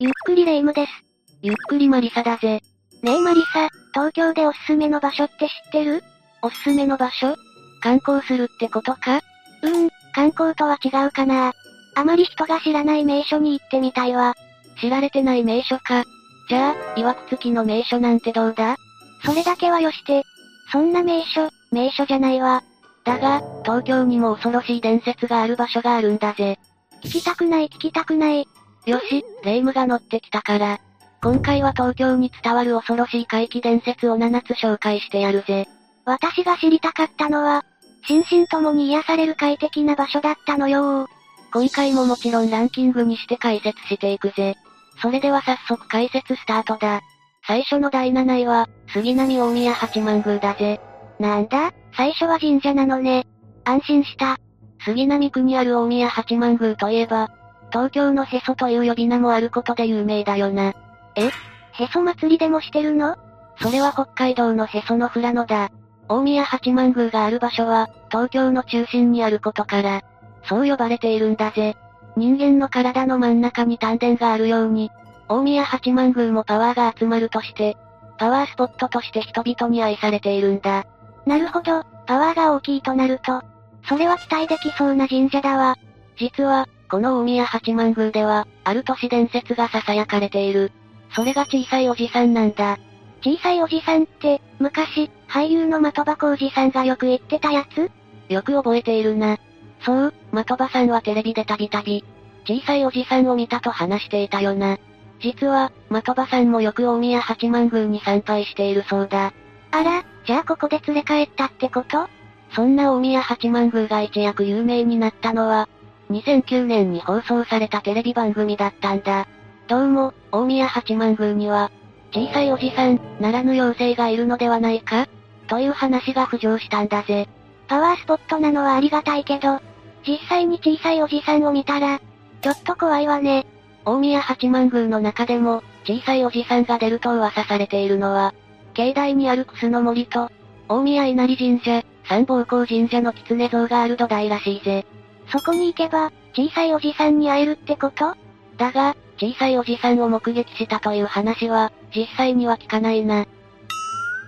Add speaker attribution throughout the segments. Speaker 1: ゆっくりレ夢ムです。
Speaker 2: ゆっくりマリサだぜ。
Speaker 1: ねえマリサ、東京でおすすめの場所って知ってる
Speaker 2: おすすめの場所観光するってことか
Speaker 1: うーん、観光とは違うかなあまり人が知らない名所に行ってみたいわ。
Speaker 2: 知られてない名所か。じゃあ、曰くつきの名所なんてどうだ
Speaker 1: それだけはよして。そんな名所、名所じゃないわ。
Speaker 2: だが、東京にも恐ろしい伝説がある場所があるんだぜ。
Speaker 1: 聞きたくない聞きたくない。
Speaker 2: よし、霊夢が乗ってきたから。今回は東京に伝わる恐ろしい怪奇伝説を7つ紹介してやるぜ。
Speaker 1: 私が知りたかったのは、心身ともに癒される快適な場所だったのよ
Speaker 2: 今回ももちろんランキングにして解説していくぜ。それでは早速解説スタートだ。最初の第7位は、杉並大宮八幡宮だぜ。
Speaker 1: なんだ、最初は神社なのね。安心した。
Speaker 2: 杉並区にある大宮八幡宮といえば、東京のへそという呼び名もあることで有名だよな。
Speaker 1: へそ祭りでもしてるの
Speaker 2: それは北海道のへその富良野だ。大宮八幡宮がある場所は、東京の中心にあることから、そう呼ばれているんだぜ。人間の体の真ん中に丹田があるように、大宮八幡宮もパワーが集まるとして、パワースポットとして人々に愛されているんだ。
Speaker 1: なるほど、パワーが大きいとなると、それは期待できそうな神社だわ。
Speaker 2: 実は、この大宮八幡宮では、ある都市伝説が囁かれている。それが小さいおじさんなんだ。
Speaker 1: 小さいおじさんって、昔、俳優の的場浩二さんがよく言ってたやつ
Speaker 2: よく覚えているな。そう、的場さんはテレビでたびたび、小さいおじさんを見たと話していたよな。実は、的場さんもよく大宮八幡宮に参拝しているそうだ。
Speaker 1: あら、じゃあここで連れ帰ったってこと
Speaker 2: そんな大宮八幡宮が一躍有名になったのは、2009年に放送されたテレビ番組だったんだ。どうも、大宮八幡宮には、小さいおじさん、ならぬ妖精がいるのではないかという話が浮上したんだぜ。
Speaker 1: パワースポットなのはありがたいけど、実際に小さいおじさんを見たら、ちょっと怖いわね。
Speaker 2: 大宮八幡宮の中でも、小さいおじさんが出ると噂されているのは、境内にある楠の森と、大宮稲荷神社、三宝光神社の狐像がある土台らしいぜ。
Speaker 1: そこに行けば、小さいおじさんに会えるってこと
Speaker 2: だが、小さいおじさんを目撃したという話は、実際には聞かないな。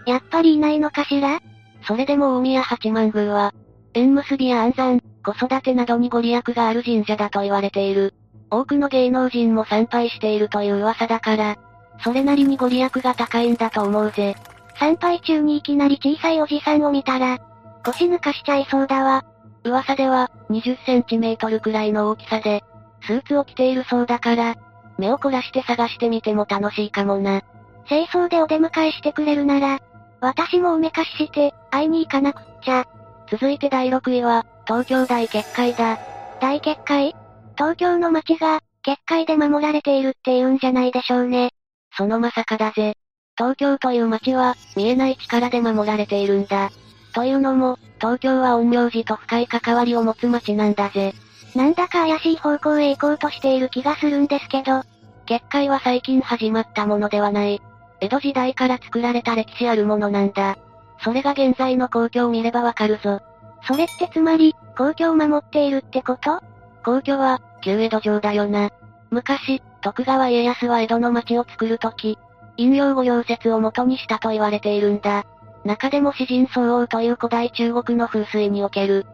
Speaker 1: やっぱりいないのかしら
Speaker 2: それでも大宮八幡宮は、縁結びや安産、子育てなどにご利益がある神社だと言われている。多くの芸能人も参拝しているという噂だから、それなりにご利益が高いんだと思うぜ。
Speaker 1: 参拝中にいきなり小さいおじさんを見たら、腰抜かしちゃいそうだわ。
Speaker 2: 噂では、20センチメートルくらいの大きさで、スーツを着ているそうだから、目を凝らして探してみても楽しいかもな。
Speaker 1: 清掃でお出迎えしてくれるなら、私もおめかしして、会いに行かなくっちゃ。
Speaker 2: 続いて第6位は、東京大決壊だ。
Speaker 1: 大決壊東京の街が、決壊で守られているって言うんじゃないでしょうね。
Speaker 2: そのまさかだぜ。東京という街は、見えない力で守られているんだ。というのも、東京は陰陽師と深い関わりを持つ街なんだぜ。
Speaker 1: なんだか怪しい方向へ行こうとしている気がするんですけど、
Speaker 2: 結界は最近始まったものではない。江戸時代から作られた歴史あるものなんだ。それが現在の皇居を見ればわかるぞ。
Speaker 1: それってつまり、公共を守っているってこと
Speaker 2: 皇居は、旧江戸城だよな。昔、徳川家康は江戸の町を作るとき、引用語溶接を元にしたと言われているんだ。中でも詩人相応という古代中国の風水における、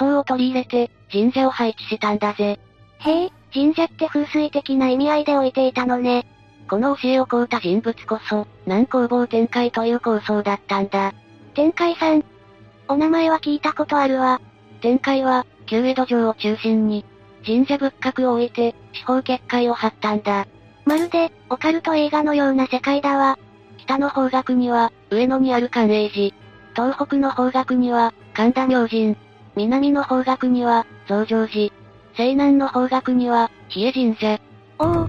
Speaker 2: 思想を取り入れて、神社を配置したんだぜ。
Speaker 1: へえ、神社って風水的な意味合いで置いていたのね。
Speaker 2: この教えを請うた人物こそ、南工房展開という構想だったんだ。
Speaker 1: 天海さん。お名前は聞いたことあるわ。
Speaker 2: 展開は、旧江戸城を中心に、神社仏閣を置いて、四方結界を張ったんだ。
Speaker 1: まるで、オカルト映画のような世界だわ。
Speaker 2: 北の方角には、上野にある寛永寺。東北の方角には、神田明神。南の方角には、増上寺。西南の方角には、比叡神社。
Speaker 1: おお。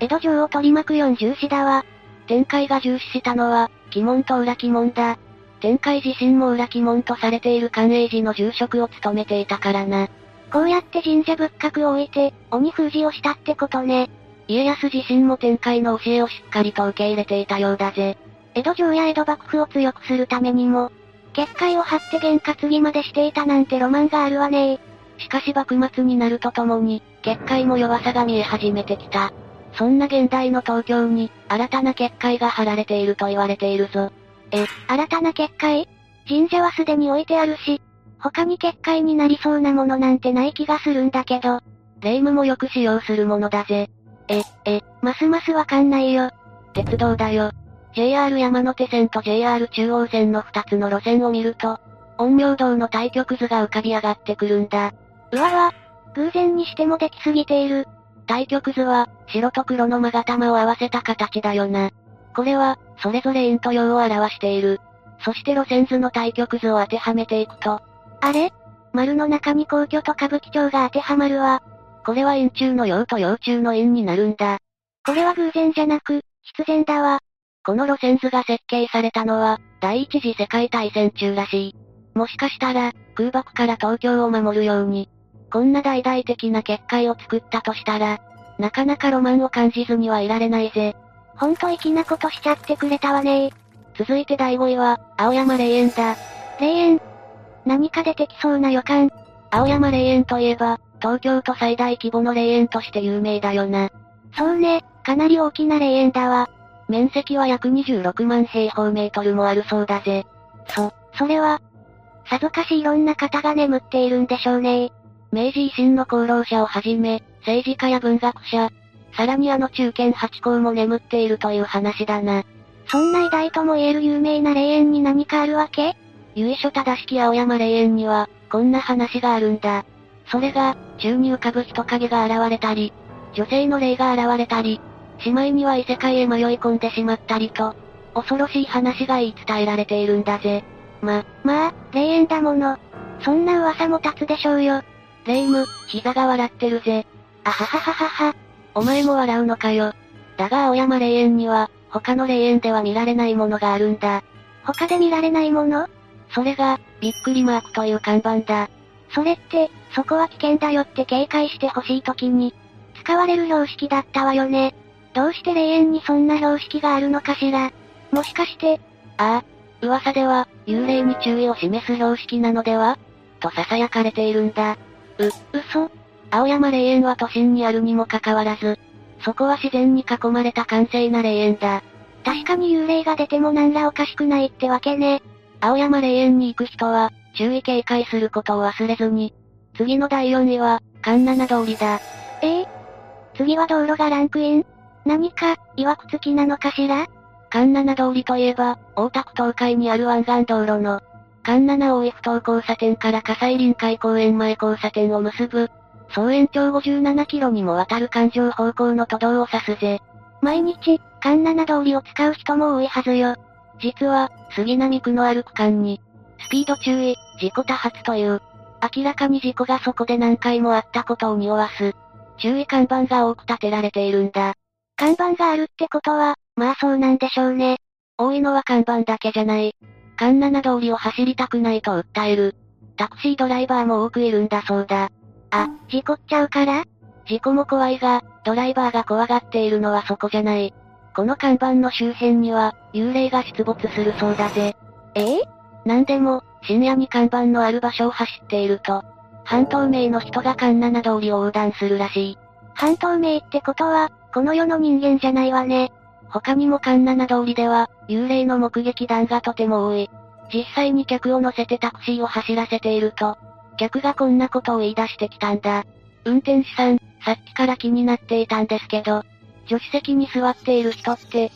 Speaker 1: 江戸城を取り巻く四重視だわ。
Speaker 2: 天海が重視したのは、鬼門と裏鬼門だ。天海自身も裏鬼門とされている寛永寺の住職を務めていたからな。
Speaker 1: こうやって神社仏閣を置いて、鬼封じをしたってことね。
Speaker 2: 家康自身も天海の教えをしっかりと受け入れていたようだぜ。
Speaker 1: 江戸城や江戸幕府を強くするためにも、結界を張って験担ぎまでしていたなんてロマンがあるわね
Speaker 2: しかし幕末になるとともに、結界も弱さが見え始めてきた。そんな現代の東京に、新たな結界が張られていると言われているぞ。
Speaker 1: え、新たな結界神社はすでに置いてあるし、他に結界になりそうなものなんてない気がするんだけど。
Speaker 2: 霊夢もよく使用するものだぜ。
Speaker 1: え、え、ますますわかんないよ。
Speaker 2: 鉄道だよ。JR 山手線と JR 中央線の2つの路線を見ると、陰陽道の対局図が浮かび上がってくるんだ。
Speaker 1: うわわ、偶然にしてもできすぎている。
Speaker 2: 対局図は、白と黒の勾玉を合わせた形だよな。これは、それぞれ陰と陽を表している。そして路線図の対局図を当てはめていくと。
Speaker 1: あれ丸の中に皇居と歌舞伎町が当てはまるわ。
Speaker 2: これは陰中の陽と陽中の陰になるんだ。
Speaker 1: これは偶然じゃなく、必然だわ。
Speaker 2: この路線図が設計されたのは、第一次世界大戦中らしい。もしかしたら、空爆から東京を守るように、こんな大々的な結界を作ったとしたら、なかなかロマンを感じずにはいられないぜ。
Speaker 1: ほんと粋なことしちゃってくれたわね
Speaker 2: 続いて第5位は、青山霊園だ。
Speaker 1: 霊園何か出てきそうな予感。
Speaker 2: 青山霊園といえば、東京都最大規模の霊園として有名だよな。
Speaker 1: そうね、かなり大きな霊園だわ。
Speaker 2: 面積は約26万平方メートルもあるそうだぜ。
Speaker 1: そ、それは、さぞかしいろんな方が眠っているんでしょうね。
Speaker 2: 明治維新の功労者をはじめ、政治家や文学者、さらにあの中堅八校も眠っているという話だな。
Speaker 1: そんな偉大とも言える有名な霊園に何かあるわけ
Speaker 2: 由緒正しき青山霊園には、こんな話があるんだ。それが、宙に浮かぶ人影が現れたり、女性の霊が現れたり、しまいには異世界へ迷い込んでしまったりと、恐ろしい話が言い伝えられているんだぜ。
Speaker 1: ま、まあ、霊園だもの。そんな噂も立つでしょうよ。
Speaker 2: 霊夢、膝が笑ってるぜ。
Speaker 1: あははははは。
Speaker 2: お前も笑うのかよ。だが青山霊園には、他の霊園では見られないものがあるんだ。
Speaker 1: 他で見られないもの
Speaker 2: それが、びっくりマークという看板だ。
Speaker 1: それって、そこは危険だよって警戒してほしい時に、使われる標識だったわよね。どうして霊園にそんな標識があるのかしら。もしかして、
Speaker 2: ああ、噂では、幽霊に注意を示す標識なのではと囁かれているんだ。
Speaker 1: う、嘘
Speaker 2: 青山霊園は都心にあるにもかかわらず、そこは自然に囲まれた完成な霊園だ。
Speaker 1: 確かに幽霊が出てもなんらおかしくないってわけね。
Speaker 2: 青山霊園に行く人は、注意警戒することを忘れずに。次の第4位は、環七通りだ。
Speaker 1: ええー、次は道路がランクイン何か、曰くつきなのかしら
Speaker 2: 環七通りといえば、大田区東海にある湾岸道路の、環七大井ふ頭交差点から葛西臨海公園前交差点を結ぶ、総延長57キロにもわたる環状方向の都道を指すぜ。
Speaker 1: 毎日、環七通りを使う人も多いはずよ。
Speaker 2: 実は、杉並区のある区間に、スピード注意、事故多発という、明らかに事故がそこで何回もあったことを匂わす、注意看板が多く立てられているんだ。
Speaker 1: 看板があるってことは、まあそうなんでしょうね。
Speaker 2: 多いのは看板だけじゃない。環七通りを走りたくないと訴える、タクシードライバーも多くいるんだそうだ。
Speaker 1: あ、事故っちゃうから
Speaker 2: 事故も怖いが、ドライバーが怖がっているのはそこじゃない。この看板の周辺には、幽霊が出没するそうだぜ。
Speaker 1: ええ
Speaker 2: なんでも、深夜に看板のある場所を走っていると、半透明の人が環七通りを横断するらしい。
Speaker 1: 半透明ってことは、この世の人間じゃないわね。
Speaker 2: 他にも環七通りでは、幽霊の目撃談がとても多い。実際に客を乗せてタクシーを走らせていると、客がこんなことを言い出してきたんだ。運転手さん、さっきから気になっていたんですけど、助手席に座っている人って、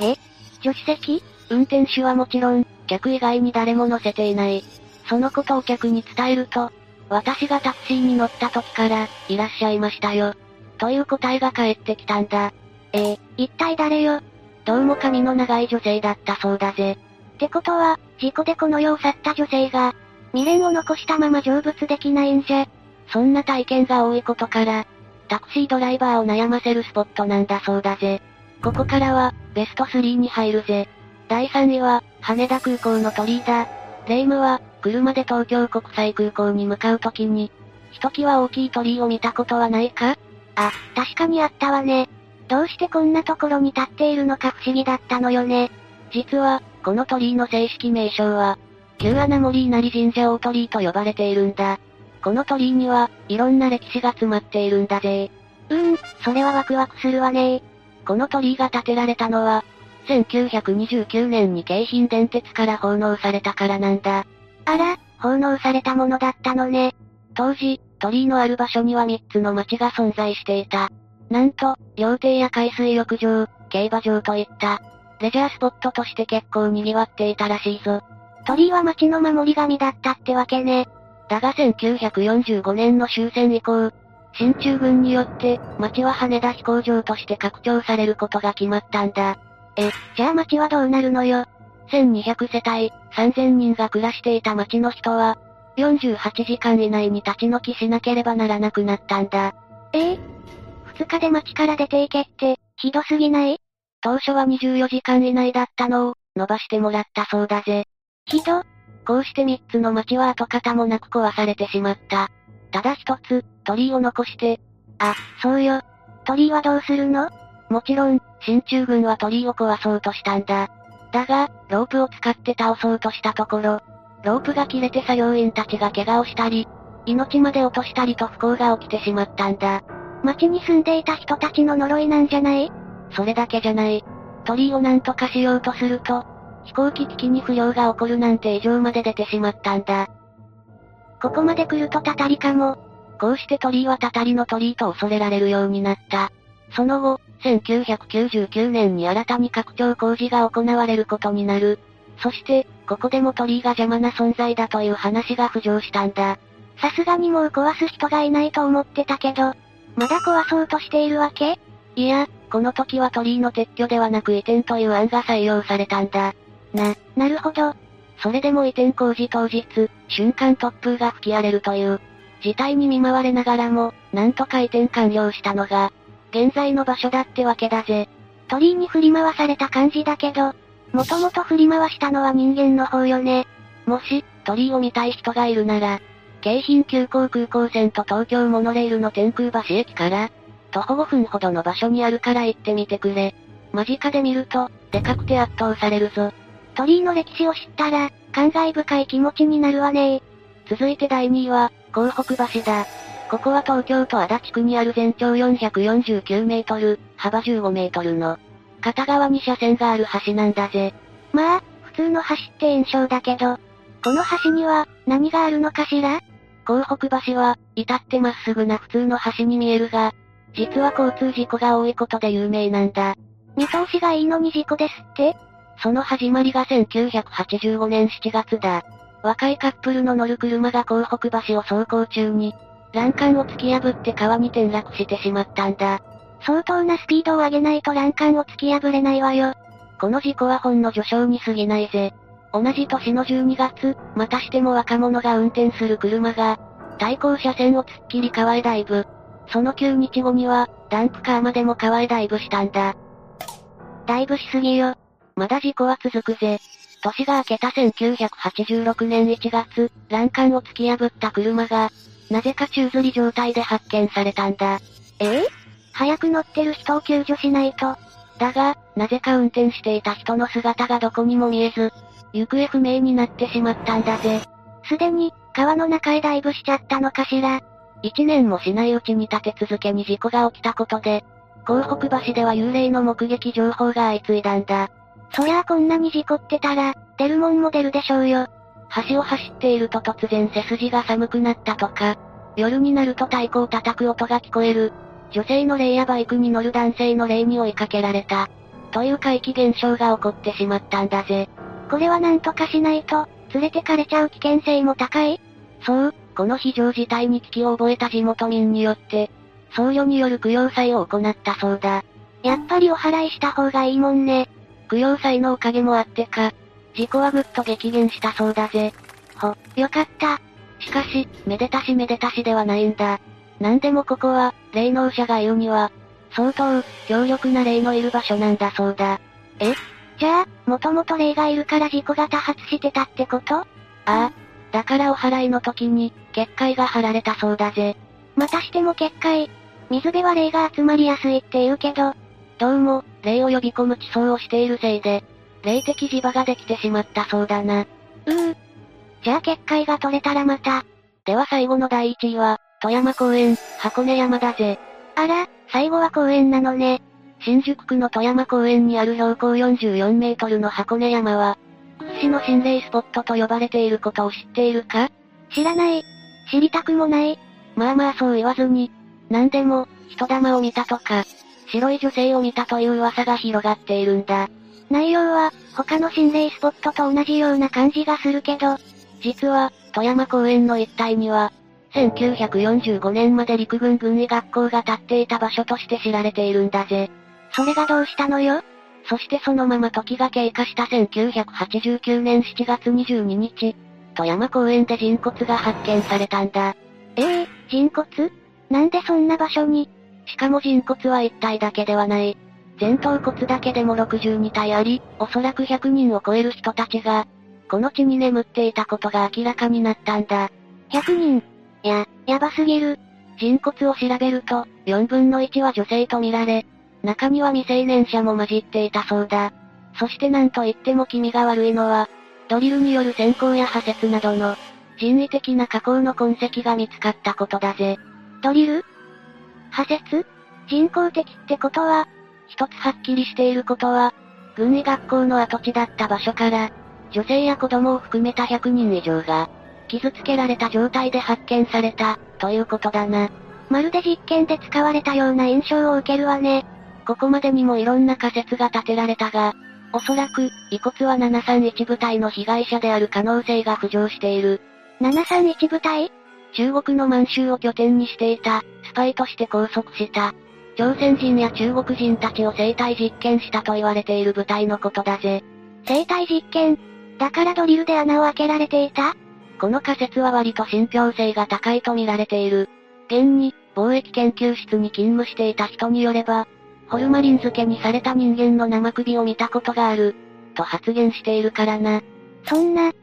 Speaker 1: え助手席
Speaker 2: 運転手はもちろん、客以外に誰も乗せていない。そのことを客に伝えると、私がタクシーに乗った時から、いらっしゃいましたよ。という答えが返ってきたんだ。
Speaker 1: ええ、一体誰よ
Speaker 2: どうも髪の長い女性だったそうだぜ。
Speaker 1: ってことは、事故でこの世を去った女性が、未練を残したまま成仏できないんじゃ。
Speaker 2: そんな体験が多いことから、タクシードライバーを悩ませるスポットなんだそうだぜ。ここからは、ベスト3に入るぜ。第3位は、羽田空港の鳥居だ。霊夢は、車で東京国際空港に向かうときに、ひときわ大きい鳥居を見たことはないか
Speaker 1: あ、確かにあったわね。どうしてこんなところに立っているのか不思議だったのよね。
Speaker 2: 実は、この鳥居の正式名称は、旧穴森稲荷神社大鳥居と呼ばれているんだ。この鳥居には、いろんな歴史が詰まっているんだぜ。
Speaker 1: うーん、それはワクワクするわねー。
Speaker 2: この鳥居が建てられたのは、1929年に京浜電鉄から奉納されたからなんだ。
Speaker 1: あら、奉納されたものだったのね。
Speaker 2: 当時、鳥居のある場所には3つの町が存在していた。なんと、料亭や海水浴場、競馬場といった、レジャースポットとして結構賑わっていたらしいぞ。
Speaker 1: 鳥居は町の守り神だったってわけね。
Speaker 2: だが1945年の終戦以降、進駐軍によって、町は羽田飛行場として拡張されることが決まったんだ。
Speaker 1: え、じゃあ町はどうなるのよ。
Speaker 2: 1200世帯、3000人が暮らしていた町の人は、48時間以内に立ち退きしなければならなくなったんだ。
Speaker 1: え2日で町から出ていけって、ひどすぎない
Speaker 2: 当初は24時間以内だったのを、伸ばしてもらったそうだぜ。
Speaker 1: ひど
Speaker 2: こうして3つの町は跡形もなく壊されてしまった。ただ一つ、鳥居を残して。
Speaker 1: あ、そうよ。鳥居はどうするの
Speaker 2: もちろん、進駐軍は鳥居を壊そうとしたんだ。だが、ロープを使って倒そうとしたところ、ロープが切れて作業員たちが怪我をしたり、命まで落としたりと不幸が起きてしまったんだ。
Speaker 1: 町に住んでいた人たちの呪いなんじゃない
Speaker 2: それだけじゃない。鳥居をなんとかしようとすると、飛行機機器に不良が起こるなんて異常まで出てしまったんだ。
Speaker 1: ここまで来るとたたりかも。
Speaker 2: こうして鳥居はたたりの鳥居と恐れられるようになった。その後、1999年に新たに拡張工事が行われることになる。そして、ここでも鳥居が邪魔な存在だという話が浮上したんだ。
Speaker 1: さすがにもう壊す人がいないと思ってたけど、まだ壊そうとしているわけ
Speaker 2: いや、この時は鳥居の撤去ではなく移転という案が採用されたんだ。
Speaker 1: な、なるほど。
Speaker 2: それでも移転工事当日、瞬間突風が吹き荒れるという、事態に見舞われながらも、なんとか移転完了したのが、現在の場所だってわけだぜ。
Speaker 1: 鳥居に振り回された感じだけど、もともと振り回したのは人間の方よね。
Speaker 2: もし、鳥居を見たい人がいるなら、京浜急行空港線と東京モノレールの天空橋駅から、徒歩5分ほどの場所にあるから行ってみてくれ。間近で見ると、でかくて圧倒されるぞ。
Speaker 1: 鳥居の歴史を知ったら、感慨深い気持ちになるわね
Speaker 2: 続いて第2位は、港北橋だ。ここは東京都足立区にある全長449メートル、幅15メートルの、片側に車線がある橋なんだぜ。
Speaker 1: まあ、普通の橋って印象だけど、この橋には、何があるのかしら
Speaker 2: 港北橋は、至ってまっすぐな普通の橋に見えるが、実は交通事故が多いことで有名なんだ。
Speaker 1: 見通しがいいのに事故ですって
Speaker 2: その始まりが1985年7月だ。若いカップルの乗る車が港北橋を走行中に、欄干を突き破って川に転落してしまったんだ。
Speaker 1: 相当なスピードを上げないと欄干を突き破れないわよ。
Speaker 2: この事故はほんの序章に過ぎないぜ。同じ年の12月、またしても若者が運転する車が、対向車線を突っ切り川へダイブ。その9日後には、ダンプカーまでも川へダイブしたんだ。
Speaker 1: ダイブしすぎよ。
Speaker 2: まだ事故は続くぜ。年が明けた1986年1月、欄干を突き破った車が、なぜか宙吊り状態で発見されたんだ。
Speaker 1: ええ早く乗ってる人を救助しないと。
Speaker 2: だが、なぜか運転していた人の姿がどこにも見えず、行方不明になってしまったんだぜ。
Speaker 1: すでに、川の中へダイブしちゃったのかしら。
Speaker 2: 一年もしないうちに立て続けに事故が起きたことで、港北橋では幽霊の目撃情報が相次いだんだ。
Speaker 1: そりゃあこんなに事故ってたら、出るもんも出るでしょうよ。
Speaker 2: 橋を走っていると突然背筋が寒くなったとか、夜になると太鼓を叩く音が聞こえる。女性の霊やバイクに乗る男性の霊に追いかけられた。という怪奇現象が起こってしまったんだぜ。
Speaker 1: これはなんとかしないと、連れてかれちゃう危険性も高い
Speaker 2: そう、この非常事態に危機を覚えた地元民によって、僧侶による供養祭を行ったそうだ。
Speaker 1: やっぱりお祓いした方がいいもんね。
Speaker 2: 供養祭のおかげもあってか、事故はぐっと激減したそうだぜ。
Speaker 1: ほ、よかった。
Speaker 2: しかし、めでたしめでたしではないんだ。なんでもここは、霊能者が言うには、相当、強力な霊のいる場所なんだそうだ。
Speaker 1: えじゃあ、もともと霊がいるから事故が多発してたってことあ
Speaker 2: あ。だからお祓いの時に、結界が張られたそうだぜ。
Speaker 1: またしても結界。水辺は霊が集まりやすいって言うけど、
Speaker 2: どうも、霊を呼び込む地層をしているせいで、霊的磁場ができてしまったそうだな。
Speaker 1: うー。じゃあ結界が取れたらまた。
Speaker 2: では最後の第1位は、富山公園、箱根山だぜ。
Speaker 1: あら、最後は公園なのね。
Speaker 2: 新宿区の富山公園にある標高44メートルの箱根山は、屈指の心霊スポットと呼ばれていることを知っているか
Speaker 1: 知らない。知りたくもない。
Speaker 2: まあまあそう言わずに、何でも、人玉を見たとか、白い女性を見たという噂が広がっているんだ。
Speaker 1: 内容は、他の心霊スポットと同じような感じがするけど、
Speaker 2: 実は、富山公園の一帯には、1945年まで陸軍軍医学校が建っていた場所として知られているんだぜ。
Speaker 1: それがどうしたのよ
Speaker 2: そしてそのまま時が経過した1989年7月22日、富山公園で人骨が発見されたんだ。
Speaker 1: ええ人骨なんでそんな場所に
Speaker 2: しかも人骨は1体だけではない。前頭骨だけでも62体あり、おそらく100人を超える人たちが、この地に眠っていたことが明らかになったんだ。
Speaker 1: ?100 人。いや、やばすぎる。
Speaker 2: 人骨を調べると、4分の1は女性と見られ、中には未成年者も混じっていたそうだ。そしてなんと言っても気味が悪いのは、ドリルによる閃光や破切などの、人為的な加工の痕跡が見つかったことだぜ。
Speaker 1: ドリル破切人工的ってことは、
Speaker 2: 一つはっきりしていることは、軍医学校の跡地だった場所から、女性や子供を含めた100人以上が、傷つけられた状態で発見された、ということだな。
Speaker 1: まるで実験で使われたような印象を受けるわね。
Speaker 2: ここまでにもいろんな仮説が立てられたが、おそらく、遺骨は731部隊の被害者である可能性が浮上している。
Speaker 1: 731部隊
Speaker 2: 中国の満州を拠点にしていた、スパイとして拘束した、朝鮮人や中国人たちを生体実験したと言われている部隊のことだぜ。
Speaker 1: 生体実験。だからドリルで穴を開けられていた
Speaker 2: この仮説は割と信憑性が高いと見られている。現に、貿易研究室に勤務していた人によれば、ホルマリン漬けにされた人間の生首を見たことがある、と発言しているからな。
Speaker 1: そんな、きっ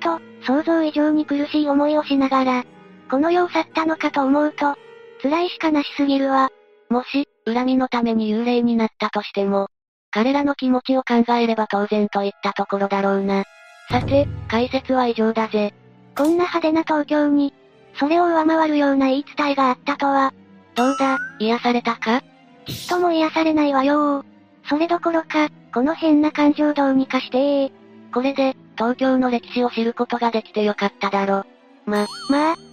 Speaker 1: と、想像以上に苦しい思いをしながら、この世を去ったのかと思うと、辛いしかなしすぎるわ。
Speaker 2: もし、恨みのために幽霊になったとしても、彼らの気持ちを考えれば当然といったところだろうな。さて、解説は以上だぜ。
Speaker 1: こんな派手な東京に、それを上回るような言い伝えがあったとは、
Speaker 2: どうだ、癒されたか
Speaker 1: きっとも癒されないわよー。それどころか、この変な感情をどうにかしてー。
Speaker 2: これで、東京の歴史を知ることができてよかっただろ。
Speaker 1: まあ、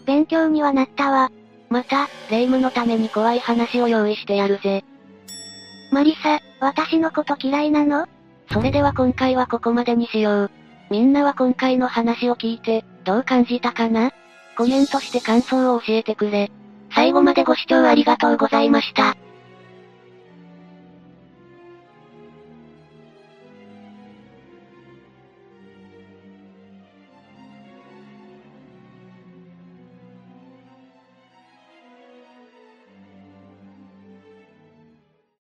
Speaker 1: 勉強にはなったわ。
Speaker 2: また、霊夢のために怖い話を用意してやるぜ。
Speaker 1: マリサ、私のこと嫌いなの
Speaker 2: それでは今回はここまでにしよう。みんなは今回の話を聞いて、どう感じたかなコメントして感想を教えてくれ。最後までご視聴ありがとうございました。